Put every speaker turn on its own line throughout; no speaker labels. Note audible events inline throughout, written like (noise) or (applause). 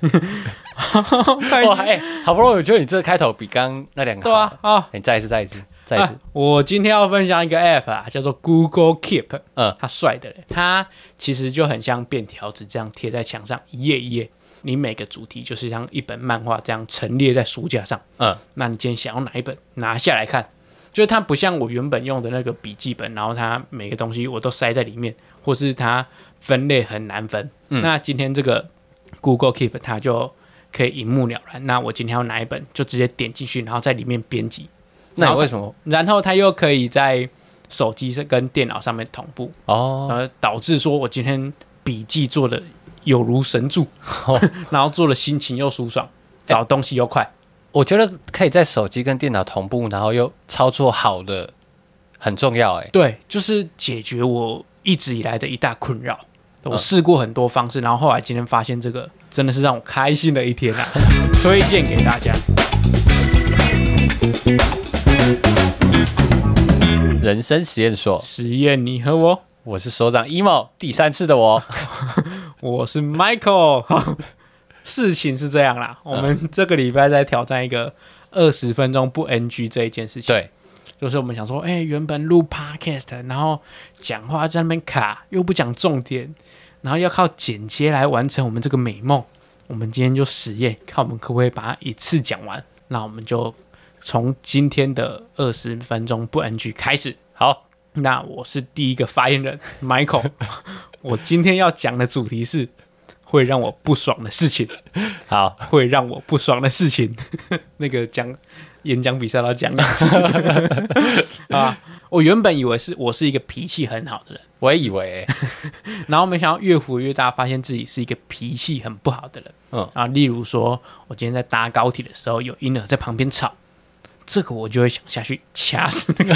(laughs) 拜
哇，哎、好不容易我觉得你这个开头比刚刚那两个
对啊，啊、
好，你再一次，再一次，再一次
啊，我今天要分享一个 app 啊，叫做 Google Keep。
嗯
嗯，它帅的嘞，它其实就很像便条纸这样贴在墙上，一页一页。你每个主题就是像一本漫画这样陈列在书架上。
嗯，
那你今天想要哪一本，拿下来看。就是它不像我原本用的那个笔记本，然后它每个东西我都塞在里面，或是它分类很难分。那今天这个 Google Keep 它就可以一目了然。那我今天要哪一本，就直接点进去，然后在里面编辑。
那
然
你
后
为什么？
然后它又可以在手机跟电脑上面同步，
哦，
呃，导致说我今天笔记做的有如神助，
哦
(laughs) 然后做的心情又舒爽，
哎
找东西又快。
我觉得可以在手机跟电脑同步，然后又操作好的，很重要哎、
对，就是解决我一直以来的一大困扰。我
嗯
试过很多方式，然后后来今天发现这个真的是让我开心的一天
(laughs)
啊，推荐给大家。
人生实验所，
实验你哦和我，
我是所长 emo 第三次的
(laughs)
我，
我是 Michael 好。事情是这样啦，我们这个礼拜在挑战一个二十分钟不 NG 这一件事情。
对，
就是我们想说，哎、原本录 podcast，然后讲话在那边卡，又不讲重点，然后要靠剪接来完成我们这个美梦。我们今天就实验，看我们可不可以把它一次讲完。那我们就从今天的二十分钟不 NG 开始。
好，
那我是第一个发言人 Michael，我 (laughs) 今天要讲的主题是会让我不爽的事情，
好，
会让我不爽的事情。 (laughs) 那个讲演讲比赛都要讲两次 (laughs) 啊！我原本以为是我是一个脾气很好的人，
我也
(laughs)
以为、欸，
然后没想到越活越大，发现自己是一个脾气很不好的人。
嗯
啊，例如说，我今天在搭高铁的时候，有婴儿在旁边吵，这个我就会想下去掐死那个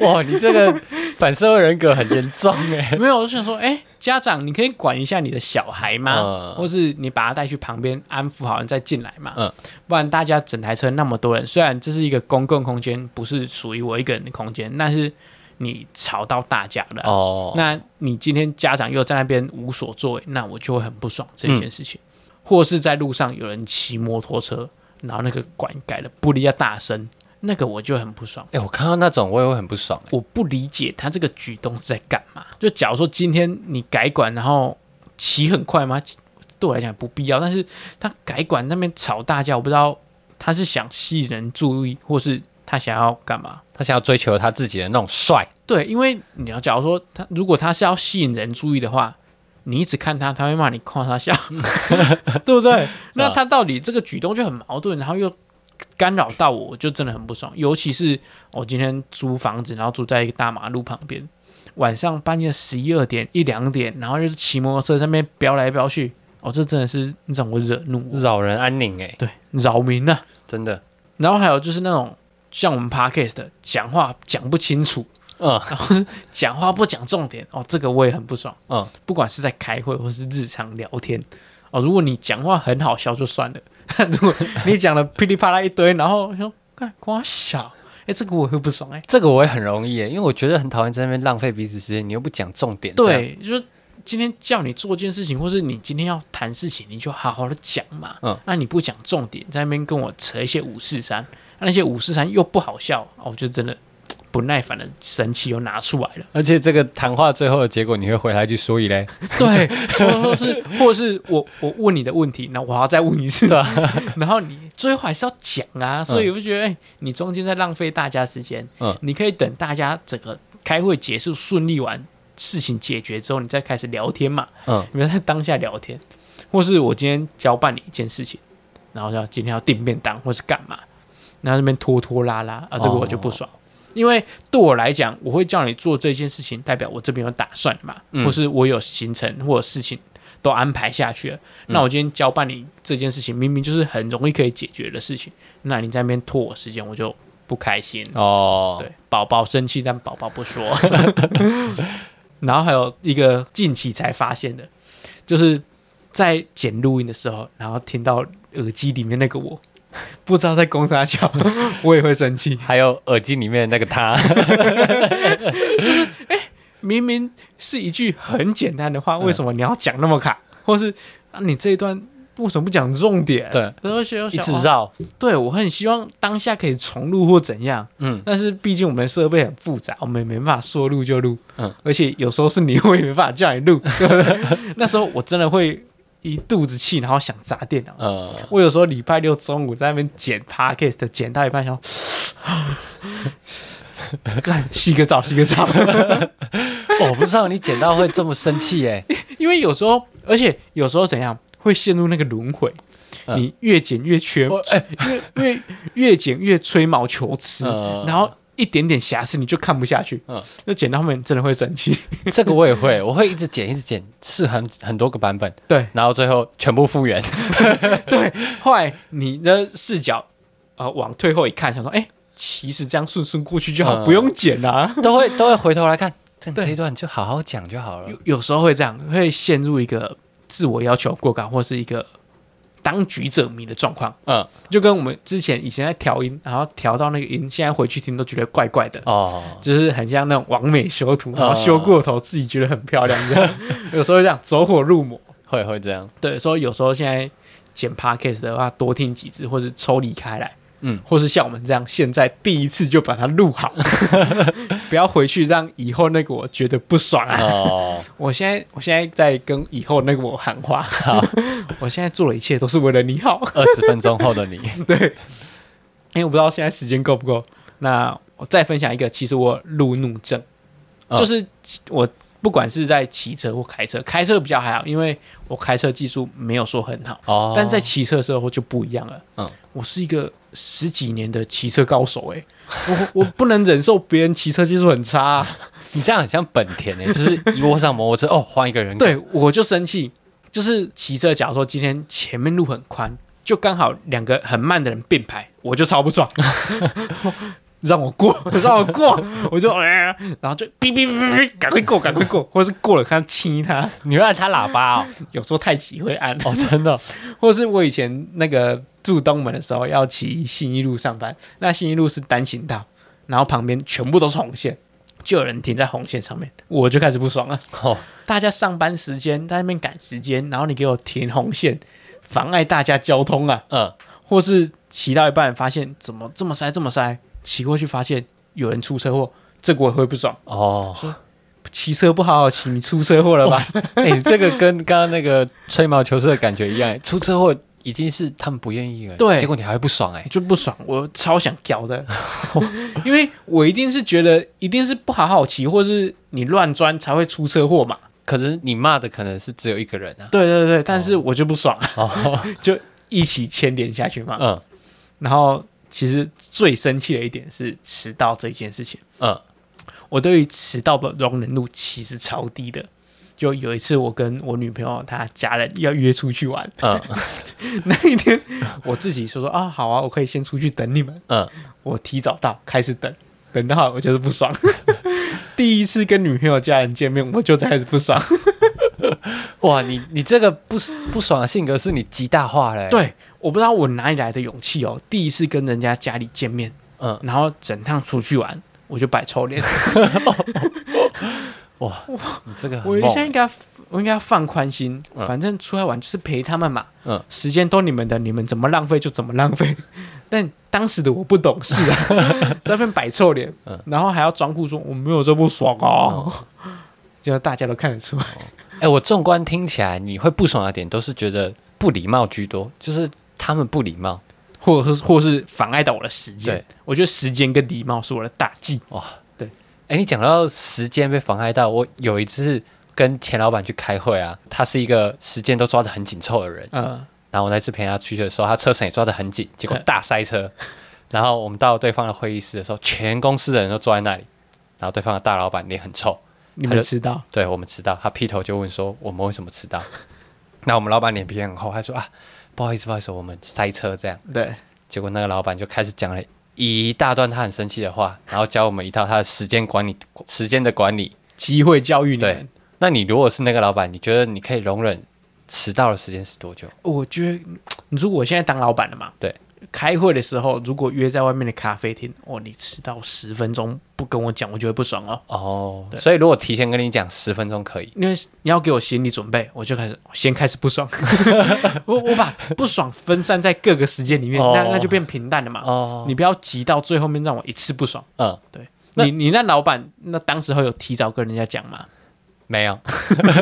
哇，你这个反社会人格很严重哎、
(laughs) 没有，我就想说，哎、家长，你可以管一下你的小孩吗？
嗯
或是你把他带去旁边安抚好，你再进来嘛。
嗯
不然大家整台车那么多人，虽然这是一个公共空间，不是属于我一个人的空间，但是你吵到大家了。
哦，
那你今天家长又在那边无所作为，那我就会很不爽这
嗯
件事情。或是在路上有人骑摩托车，然后那个管改的不离要大声，那个我就很不爽。
哎、我看到那种我也会很不爽、欸。
我不理解他这个举动是在干嘛。就假如说今天你改管，然后骑很快吗？对我来讲不必要，但是他改管那边吵大家，我不知道他是想吸引人注意，或是他想要干嘛。
他想要追求他自己的那种帅，
对，因为你要假如说他如果他是要吸引人注意的话，你一直看他，他会骂你夸他笑， (laughs) 对不对？那他到底这个举动就很矛盾，然后又干扰到我，我就真的很不爽。尤其是我今天租房子，然后住在一个大马路旁边，晚上半夜十一二点一两点，然后就是骑摩托车在那边飙来飙去，哦，这真的是让我惹怒我，
扰人安宁哎、
对，扰民啊。
真的。
然后还有就是那种像我们 podcast 的讲话讲不清楚。
嗯，
讲话不讲重点哦，这个我也很不爽。
嗯
嗯，不管是在开会或是日常聊天哦，如果你讲话很好笑就算了， (laughs) 但如果你讲了噼里啪啦一堆，然后说干瓜小，哎、这个我会不爽哎、
这个我也很容易耶，因为我觉得很讨厌在那边浪费彼此时间，你又不讲重点。这样，
对，就是今天叫你做件事情，或是你今天要谈事情，你就好好的讲嘛。
嗯
嗯，那你不讲重点，在那边跟我扯一些五四三，啊那那些五四三又不好笑，哦，我就真的不耐烦的神气又拿出来了。
而且这个谈话最后的结果，你会回来去说一嘞。
对， (laughs) 或者是或者是我我问你的问题，那我还要再问一次，然后你最后还是要讲啊，所以我就觉得，哎、你中间在浪费大家时间，
嗯
你可以等大家整个开会结束顺利完，事情解决之后，你再开始聊天嘛，
嗯，
你们在当下聊天，或是我今天交办你一件事情，然后要今天要订便当或是干嘛，然后那边拖拖拉拉啊，这个我就不爽。因为对我来讲，我会叫你做这件事情，代表我这边有打算嘛，或是我有行程或者事情都安排下去了。那我今天交办你这件事情，明明就是很容易可以解决的事情，那你在那边拖我时间，我就不开心。
哦，
对，宝宝生气，但宝宝不说。 (laughs) 然后还有一个近期才发现的，就是在剪录音的时候，然后听到耳机里面那个我， (laughs) 不知道在公啥笑， (laughs) 我也会生气。
还有耳机里面那个他，嗯
明明是一句很简单的话，为什么你要讲那么卡？或是啊，你这一段为什么不讲重点？
对，
然后想
一直
想，哦
(laughs) 绕，
对我很希望当下可以重录或怎样，
嗯，
但是毕竟我们的设备很复杂，我们也没办法说录就录，
嗯，
而且有时候是你，我也没办法叫你
(laughs)
录。 (laughs) 对不对那时候我真的会一肚子气，然后想砸电脑。
呃，
我有时候礼拜六中午在那边剪 podcast，剪到一半想 (gasps) 说，干洗个澡，洗个
(laughs)
澡。
我不知道你捡到会这么生气 (laughs) 哎，
因为有时候，而且有时候怎样会陷入那个轮回，
嗯
你越剪越缺
我，
哎、越越越剪越吹毛求疵，
嗯
然后一点点瑕疵你就看不下去，
嗯
就剪到后面真的会生气。
这个我也会，我会一直剪一直剪，试很很多个版本，
(laughs) 对
然后最后全部复 (laughs) 原，
对，后来你的视角呃往退后一看，想说，哎、其实这样顺顺过去就好，
嗯
不用剪啊。
都会都会回头来看，但
对
这一段就好好讲就好了。
有有时候会这样，会陷入一个自我要求过高，或是一个当局者迷的状况。
嗯，
就跟我们之前以前在调音，然后调到那个音，现在回去听都觉得怪怪的，
哦，
就是很像那种完美修图，
嗯
然后修过头，自己觉得很漂亮 (laughs) 这样。有时候会这样走火入魔，
会会这样，
对，所以有时候现在剪 podcast 的话，多听几次，或是抽离开来，
嗯，
或是像我们这样，现在第一次就把它录 (laughs) 好，不要回去让以后那个我觉得不爽啊。
哦，
我现在我现在在跟以后那个我喊话， (laughs) 我现在做的一切都是为了你好。
二十分钟后的 (laughs) 你，
因为哎我不知道现在时间够不够，那我再分享一个，其实我有路怒症，
嗯
就是我不管是在骑车或开车，开车比较还好，因为我开车技术没有说很好，
哦，
但在骑车的时候就不一样了。
嗯
我是一个十几年的骑车高手、欸，我我 (laughs) 不能忍受别人骑车技术很差啊、
你这样很像本田 (laughs) 诶，就是一窝上摩托车，哦，换一个人，，
对我就生气。就是骑车，假如说今天前面路很宽，就刚好两个很慢的人并排，我就超不爽，让我过， (laughs) 让我过，我就哎、然后就哔哔哔哔哔，赶快过，赶快过，或者是过了看亲他，
你会按他喇叭哦，
有时候太急会按，
(laughs) 哦，真 (laughs) 的哦，
或是我以前那个住东门的时候要骑信义路上班，那信义路是单行道，然后旁边全部都是红线，就有人停在红线上面，我就开始不爽了。
哦，
大家上班时间在那边赶时间，然后你给我停红线，妨碍大家交通啊，
嗯，
或是骑到一半发现怎么这么塞这么塞，骑过去发现有人出车祸，这个我也会不爽。
哦，
骑车不好好骑，你出车祸了吧？
哎、这个跟刚刚那个吹毛求疵的感觉一样欸，出车祸已经是他们不愿意了，
对
结果你还会不爽
(laughs)
哎、
就不爽，我超想屌 (laughs) 的，因为我一定是觉得一定是不好好骑，或是你乱钻才会出车祸嘛。
可是你骂的可能是只有一个人啊，
对对对，但是我就不爽，
(laughs) 哦，
就一起牵连下去嘛。
(laughs) 嗯
然后其实最生气的一点是迟到这件事情，
嗯，
我对于迟到的容忍度其实超低的。就有一次，我跟我女朋友她家人要约出去玩，
嗯
(laughs) 那一天我自己说说啊，好啊，我可以先出去等你们。
嗯，
我提早到，开始等，等到我就是不爽。 (laughs) 第一次跟女朋友家人见面，我就开始不
(laughs)
爽。
哇，你你这个不不爽的性格是你极大化欸嘞、，
对，我不知道我哪里来的勇气哦，第一次跟人家家里见面，
嗯，
然后整趟出去玩，我就摆臭脸。
哇，你这个很
我
猛
现在
欸
应该，我应该放宽心，
嗯
反正出来玩就是陪他们嘛，
嗯
时间都你们的，你们怎么浪费就怎么浪费。 (laughs) 但当时的我不懂事
(laughs)
啊，在那边摆臭脸，
嗯
然后还要装酷说我没有这不爽哦，就大家都看得出来。 (laughs)
哎、我纵观听起来，你会不爽的点都是觉得不礼貌居多，就是他们不礼貌，
或者是或是妨碍到我的时间
对。
我觉得时间跟礼貌是我的大忌。
哎，你讲到时间被妨碍到，我有一次跟钱老板去开会啊，他是一个时间都抓得很紧凑的人。
嗯，
然后我那次陪他去的时候，他车程也抓得很紧，结果
嗯
大塞车。然后我们到对方的会议室的时候，全公司的人都坐在那里。然后对方的大老板脸很臭，
你们知道？
对我们迟到，他劈头就问说我们为什么迟到？ (laughs) 那我们老板脸皮很厚，他说啊，不好意思，不好意思，我们塞车这样。
对，
结果那个老板就开始讲了一大段他很生气的话，然后教我们一套他的时间管理、时间的管理。
机会教育你们
对。那你如果是那个老板，你觉得你可以容忍迟到的时间是多久？
我觉得，嗯如果我现在当老板了嘛，
对，
开会的时候，如果约在外面的咖啡厅，哦，你迟到十分钟不跟我讲，我就会不爽哦。
哦，所以如果提前跟你讲十分钟可以，
因为你要给我心理准备，我就开始先开始不
(laughs)
爽，我我把不爽分散在各个时间里面，
哦
那那就变平淡了嘛。
哦，
你不要急到最后面让我一次不爽。
嗯，
对
那
你你那老板那当时候有提早跟人家讲吗？
没有，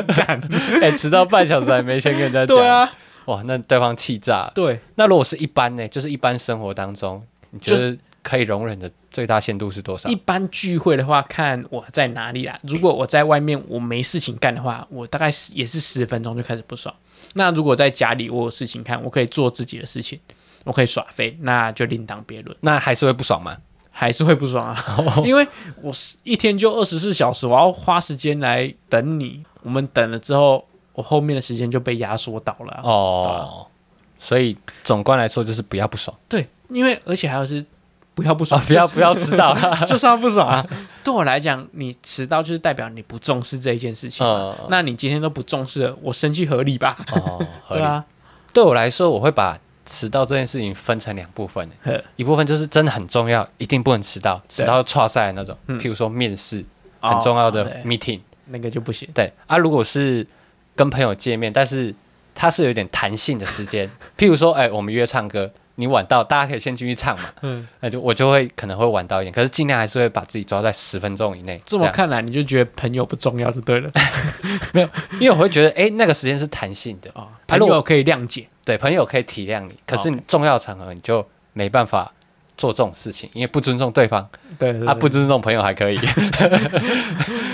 (laughs) 哎，迟到半小时还没先跟人家讲，，
啊，
哇，那对方气炸了。
对，
那如果是一般呢，就是一般生活当中，你觉
就
得可以容忍的最大限度是多少
一？般聚会的话，看我在哪里啦。如果我在外面，我没事情干的话，我大概是也是十分钟就开始不爽。那如果在家里，我有事情看，我可以做自己的事情，我可以耍飞，那就另当别论，
那还是会不爽吗？
还是会不爽
哦
啊。因为我是一天就二十四小时，我要花时间来等你。我们等了之后，我后面的时间就被压缩到了啊、
哦，所以总观来说就是不要不爽
对，因为而且还有是不要不
啊
爽，，
不要
就是
不要迟到啦。
(laughs) 就是要不爽啊！对我来讲，你迟到就是代表你不重视这一件事情嘛。
嗯
那你今天都不重视了，我生气合理吧？
(laughs) 哦，合
对
理。
啊，
对我来说，我会把迟到这件事情分成两部分，
呵
一部分就是真的很重要，一定不能迟到，
对
迟到差赛那种，譬如说面试
哦
很重要的
对
meeting，
那个就不行。
对啊，如果是跟朋友见面，但是它是有点弹性的
(laughs)
时间，譬如说，哎，我们约唱歌，你晚到，大家可以先进去唱嘛，
嗯
那就我就会可能会晚到一点，可是尽量还是会把自己抓在十分钟以内，
这么
样，
看来，你就觉得朋友不重要就对了
因为我会觉得，哎，那个时间是弹性的，
啊，
啊
朋
如果
友可以谅解。
对，朋友可以体谅你，可是你重要场合你就没办法做这种事情，因为不尊重对方，
对
啊，
啊，
不
不，
尊重朋友还可 (laughs) 以，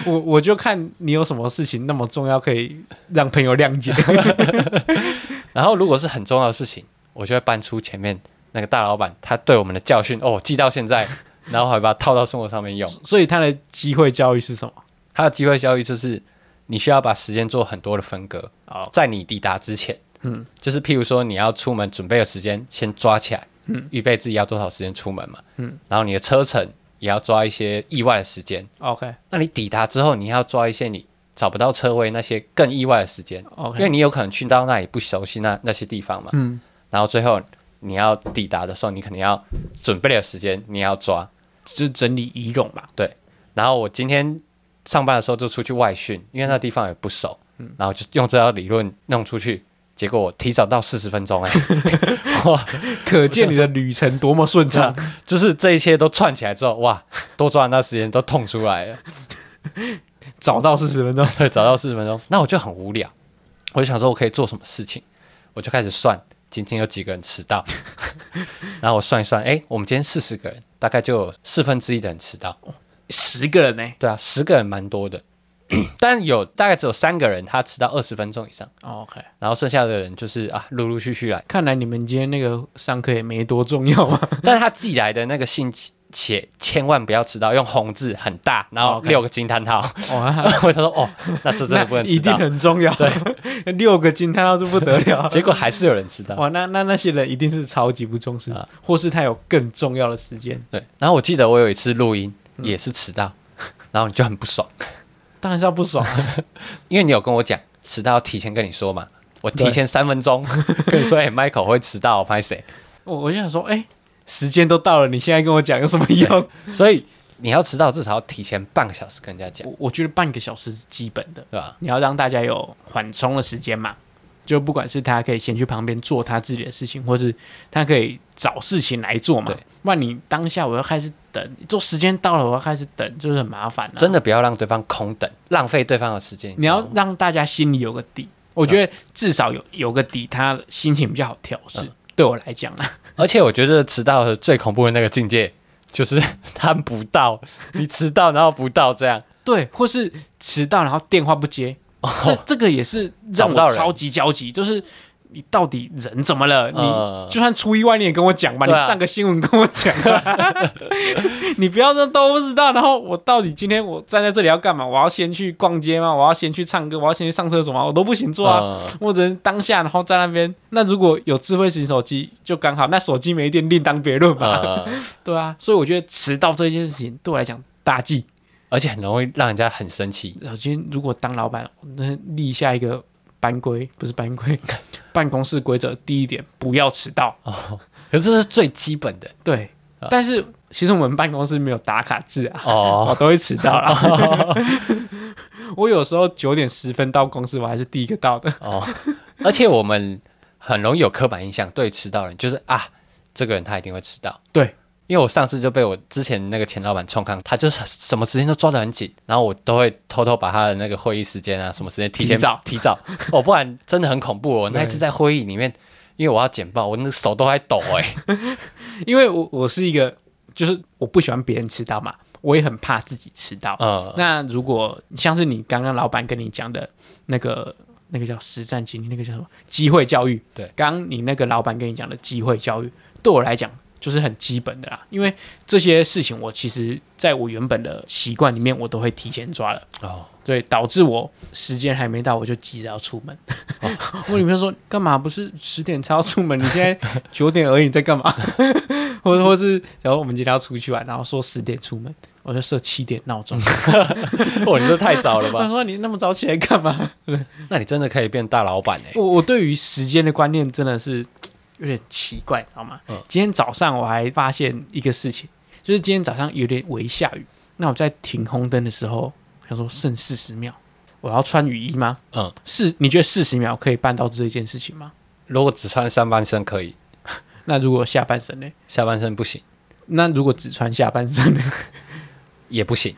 我我就看你有什么事情那么重要，可以让朋友谅 (laughs) 解。
然后如果是很重要的事情，我就会搬出前面那个大老板他对我们的教训哦，记到现在，然后还把它套到生活上 (laughs) 面用。
所以他的机会教育是什么？
他的机会教育就是你需要把时间做很多的分割，
哦，
在你抵达之前，嗯，就是譬如说你要出门准备的时间先抓起来，嗯，预备自己要多少时间出门嘛，嗯，然后你的车程也要抓一些意外的时间。
OK
那你抵达之后，你要抓一些你找不到车位那些更意外的时间，因
OK，
为你有可能去到那里不熟悉那那些地方嘛。
嗯，
然后最后你要抵达的时候，你肯定要准备的时间你要抓。
就是整理仪容吧。
然后我今天上班的时候就出去外训，因为那地方也不熟，
嗯
然后就用这套理论弄出去，结果我提早到四十分钟、哎， (laughs)
可见你的旅程多么顺 (laughs) 畅。
就是这一切都串起来之后，哇，多抓的那时间都痛出来了，
早到四十分钟，
对，早到四十分钟，那我就很无聊，我就想说我可以做什么事情，我就开始算今天有几个人迟到， (laughs) 然后我算一算，哎，我们今天四十个人，大概就有四分之一的人迟到。
十个人呢、
对啊，十个人蛮多的， (coughs) 但有大概只有三个人他迟到二十分钟以上，
哦 OK，
然后剩下的人就是啊，陆陆续续来。
看来你们今天那个上课也没多重要嘛。
但是他寄来的那个信写千万不要迟到，用红字很大，然后
哦，OK
六个惊叹号。 (laughs)
哇，
我就说哦，那这真的不能
一
迟
定
到。
很重要。对， (laughs) 六个惊叹号就不得 (laughs) 了。
结果还是有人迟到。
哇，那那那些人一定是超级不重视，
啊
或是他有更重要的时间，
对，然后我记得我有一次录音
嗯
也是迟到， (laughs) 然后你就很不爽，
当然是要不爽啊。
因为你有跟我讲迟到要提前跟你说嘛。我提
对
前三分钟跟你说，哎、m i c h a e l 会迟到，我拍谁？
(laughs) 我我就想说，哎、时间都到了，你现在跟我讲有什么用？
所以你要迟到，至少要提前半个小时跟人家讲，
我我觉得半个小时是基本的，
对吧？
你要让大家有缓冲的时间嘛。就不管是他可以先去旁边做他自己的事情，或是他可以找事情来做嘛
对。
不然你当下我要开始等，就时间到了我要开始等，就是很麻烦、啊。
真的不要让对方空等，浪费对方的时间。
你要让大家心里有个底。我觉得至少有有个底，他心情比较好调
嗯
试。对我来讲啊
(laughs)
啦，
而且我觉得迟到的最恐怖的那个境界，就是 (laughs) 他不到，你迟到然后不到这样，
对，或是迟到然后电话不接，这这个也是
哦找
让
不到
我
人
超级焦急，就是。你到底人怎么了？
呃
你就算出意外，你也跟我讲吧。你
对啊
上个新闻跟我讲
(laughs)
吧， (laughs) 你不要说都不知道。然后我到底今天我站在这里要干嘛？我要先去逛街吗？我要先去唱歌？我要先去上厕所吗？我都不行做啊。
嗯
或者当下，然后在那边。那如果有智慧型手机就刚好，那手机没电另当别论吧。
呃，
(laughs) 对啊，所以我觉得迟到这件事情对我来讲大忌。
而且很容易让人家很生气。
我今天如果当老板，我那立下一 (laughs) 啊个班规，不是班规，办公室规则，第一点不要迟到。
可是这是最基本
(laughs)
的
对，但是其实我们办公室没有打卡制啊，我
哦。
都会迟到啦。 (laughs) 我有时候九点十分到公司，我还是第一个到的。
哦，而且我们很容易有刻板印象对迟到人，就是啊，这个人他一定会迟到。
对，
因为我上次就被我之前那个前老板冲康，他就是什么时间都抓得很紧，然后我都会偷偷把他的那个会议时间啊，什么时间提前
提早
提早，哦，不然真的很恐怖、哦。我那一次在会议里面，因为我要简报，我那个手都还抖哎、
因为我我是一个，就是我不喜欢别人迟到嘛，我也很怕自己迟到。
(laughs) 嗯，
那如果像是你刚刚老板跟你讲的那个那个叫实战经历，那个叫什么机会教育？
对，
刚刚你那个老板跟你讲的机会教育，对我来讲就是很基本的啦。因为这些事情，我其实在我原本的习惯里面，我都会提前抓了，
哦，
所以导致我时间还没到，我就急着要出门。 (laughs) 我女朋友说：“干嘛不是十点才要出门？你现在九点而已，你在干嘛？”或者或是，假如我们今天要出去玩，然后说十点出门，我就设七点闹钟。
哇，哦你这太早了 (laughs)
他
吧？
说：“你那么早起来干嘛
那你真的可以变大老板哎、？”
我我对于时间的观念真的是有点奇怪，好吗？
嗯
今天早上我还发现一个事情，就是今天早上有点微下雨。那我在停红灯的时候，他说剩四十秒，我要穿雨衣吗？
嗯，
是你觉得四十秒可以办到这件事情吗？
如果只穿上半身可以，
那如果下半身呢？
下半身不行
那如果只穿下半身呢？ (laughs)
也不行，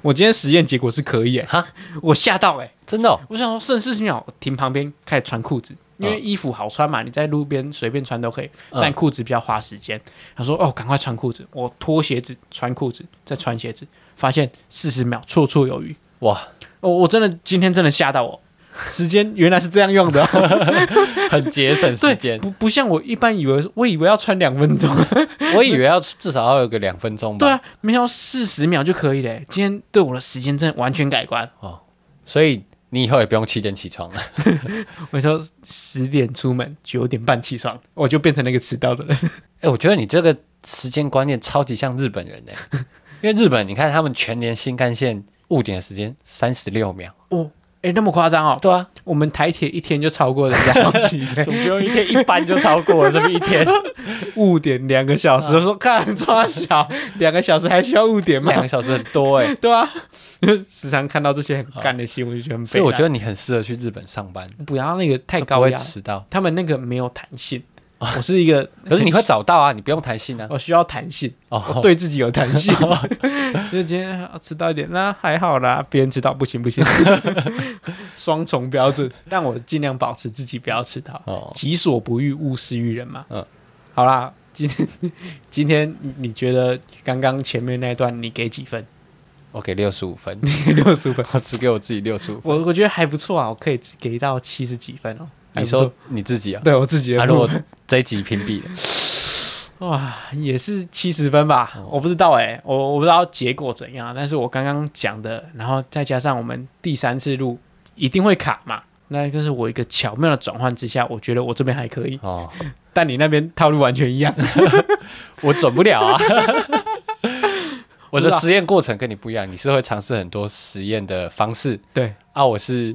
我今天实验结果是可以诶、
哈，
我吓到诶、
真的、哦。
我想说剩四十秒，我停旁边开始穿裤子，因为衣服好穿嘛，你在路边随便穿都可以，
嗯
但裤子比较花时间。他说：“哦，赶快穿裤子。”我脱鞋子，穿裤子，再穿鞋子，发现四十秒绰绰有余。
哇，
哦，我真的今天真的吓到我，时间原来是这样用的、哦，
很节省时
(laughs) 对，
间。
不不像我一般以为，我以为要穿两分 (laughs) 钟，
(laughs) 我以为要至少要有个两分钟吧。
对啊，没想到四十秒就可以嘞。今天对我的时间真的完全改观。
所以你以后也不用七点起床了。 (laughs)
我说十点出门，九点半起床，我就变成那个迟到的人。
哎，我觉得你这个时间观念超级像日本人 (laughs) 呢、因为日本你看他们全年新干线误点的时间三十六 (laughs) 秒。
哦，哎，那么夸张哦？
对啊，
我们台铁一天就超过人家好几
总
(laughs)
不用一天一班就超过了这么一天，
误点两个小时，我说看抓小两个小时还需要误点吗
(laughs) 两？个小时很多 (laughs) 哎、
(laughs) 对啊，时常看到这些很干的新闻，就觉得很
所以我觉
得
得你很适合去日本上班，
不要那个太
不
高
会
压，啊
迟到。
他们那个没有弹性。我是一个，
可是你会找到啊，你不用弹性 (laughs) 啊。
我需要弹性，我
哦，
对自己有弹性。哦 (laughs) 就今天要迟到一点，那还好啦，别人迟到不行不行， (laughs) 双重标准。但我尽量保持自己不要迟到。
哦，
己所不欲，勿施于人嘛。嗯
嗯，
好啦，今天今天你你觉得刚刚前面那一段你给几分？ (laughs)
我给六十五 (laughs) 分，
六十 (laughs) 分。
我只给我自己六十 (laughs) 五分。
我我觉得还不错啊，我可以给到七十几分哦。还
你
不错
说你自己啊？
对我自己
啊，
的
如
部
果
分、
这一集屏蔽了，
哇，也是七十分吧？我不知道哎、我我不知道结果怎样，但是我刚刚讲的，然后再加上我们第三次录一定会卡嘛，那就是我一个巧妙的转换之下，我觉得我这边还可以，
哦，
但你那边套路完全 (laughs) 一样。
我准不了啊。我
不
的
知道
实验过程跟你不一样，你是会尝试很多实验的方式
(laughs) 对，
啊，我是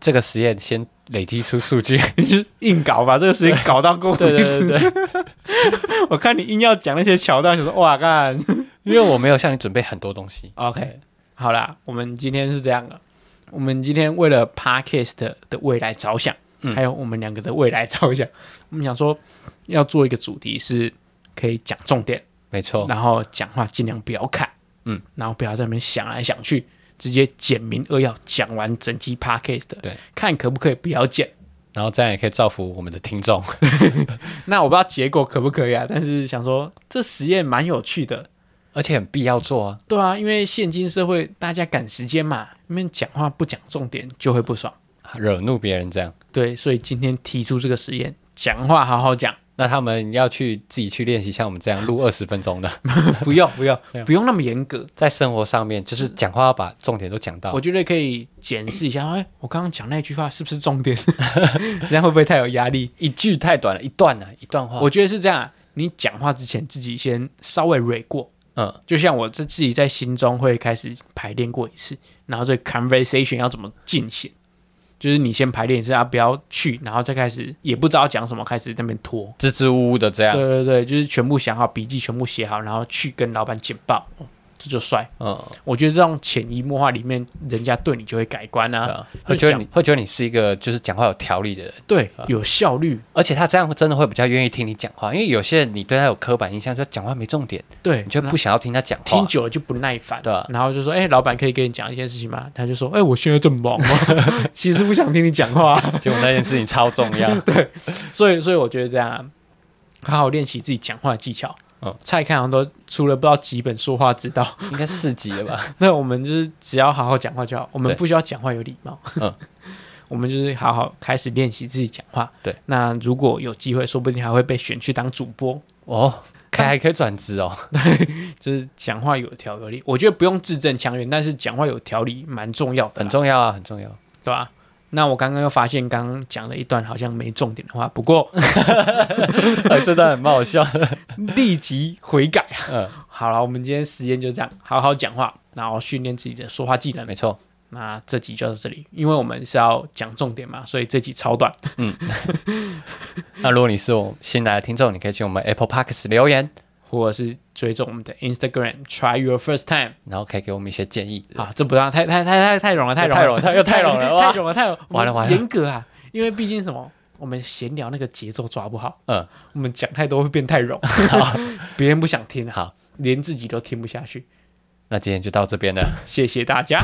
这个实验先累积出数据， (laughs)
硬搞把这个事情搞到过
对对对对，
(laughs) 我看你硬要讲那些桥段，就说哇干。
因为我没有向你准备很多东西，
OK，好啦，我们今天是这样的，我们今天为了 Podcast 的的未来着想，
嗯
还有我们两个的未来着想， (laughs) 我们想说要做一个主题是可以讲重点，
没错，
然后讲话尽量不要砍，
哦嗯，
然后不要在那边想来想去，直接简明扼要讲完整集 Podcast，的
对，
看可不可以不要剪。
然后这样也可以造福我们的听众，
那我不知道结果可不可以啊，但是想说这实验蛮有趣的，
而且很必要做啊。
对啊，因为现今社会大家赶时间嘛，你们讲话不讲重点就会不爽。
惹怒别人这样，
对，所以今天提出这个实验，讲话好好讲，
那他们要去自己去练习像我们这样录二十分钟的，
(laughs)
(laughs)
不用不用
没
(laughs)
有
不用那么严格。
在生活上面就是讲话要把重点都讲到
我，觉得可以检视一下，哎，我刚刚讲那句话是不是重点？ (laughs) 这样会不会太有压力？
一句太短了，一段啊，一段
(laughs)
话，
我觉得是这样啊，你讲话之前自己先稍微蕊过，
嗯，
就像我这自己在心中会开始排练过一次，然后这 conversation 要怎么进行，就是你先排练一次啊，不要去，然后再开始也不知道讲什么，开始那边拖。
支支吾吾的这样，
对对对，就是全部想好，笔记全部写好，然后去跟老板简报，哦这就帅。
嗯，
我觉得这种潜移默化里面，人家对你就会改观
对
啊。
啊会觉得你会觉得你是一个就是讲话有条理的人，
对，有效率，
而且他这样真的会比较愿意听你讲话，因为有些人你对他有刻板印象，就讲话没重点，
对，
你就不想要 (laughs) 听他讲话
听。久了就不耐烦，
对啊
然后就说：“哎、老板可以跟你讲一件事情吗？”他就说：“哎、我现在正忙哦， (laughs) 其实不想听你讲
(laughs)
话。
结果那件事情超重要，”
所以，所以我觉得这样啊，好好练习自己讲话的技巧。
嗯
蔡康永都出了不知道几本说话之道，
应该四级了吧？
(laughs) 那我们就是只要好好讲话就好，我们
对
不需要讲话有礼貌。
嗯
(laughs) 我们就是好好开始练习自己讲话。
对，
那如果有机会，说不定还会被选去当主播，
(laughs) 哦，可还可以转职哦。
就是讲话有条有理。我觉得不用字正腔圆，但是讲话有条理蛮重要的
很
啦。
重要啊，很 (laughs) 重要。
对吧？那我刚刚又发现，刚刚讲了一段好像没重点的话，
(laughs)
不过
呃，这段很蛮好 (laughs) 笑的。
立即悔改啊！
嗯，
好了，我们今天时间就这样，好好讲话，然后训练自己的说话技能。
嗯没错，
那这集就到这里，因为我们是要讲重点嘛，所以这集超短。
那如果你是我新来的听众，你可以去我们 Apple Parks 留言，
或者是追踪我们的 Instagram try your first time
然后可以给我们一些建议。
啊，这不要太太太太太冗了，太
太
冗
冗
(laughs)
了又太冗了哇
太冗了，太冗了，
完了完了
严格啊，因为毕竟什么，我们闲聊那个节奏抓不好，
嗯，
我们讲太多会变太
(laughs)
冗，别人不想听啊，
好，
连自己都听不下去。
那今天就到这边了。
谢谢大家。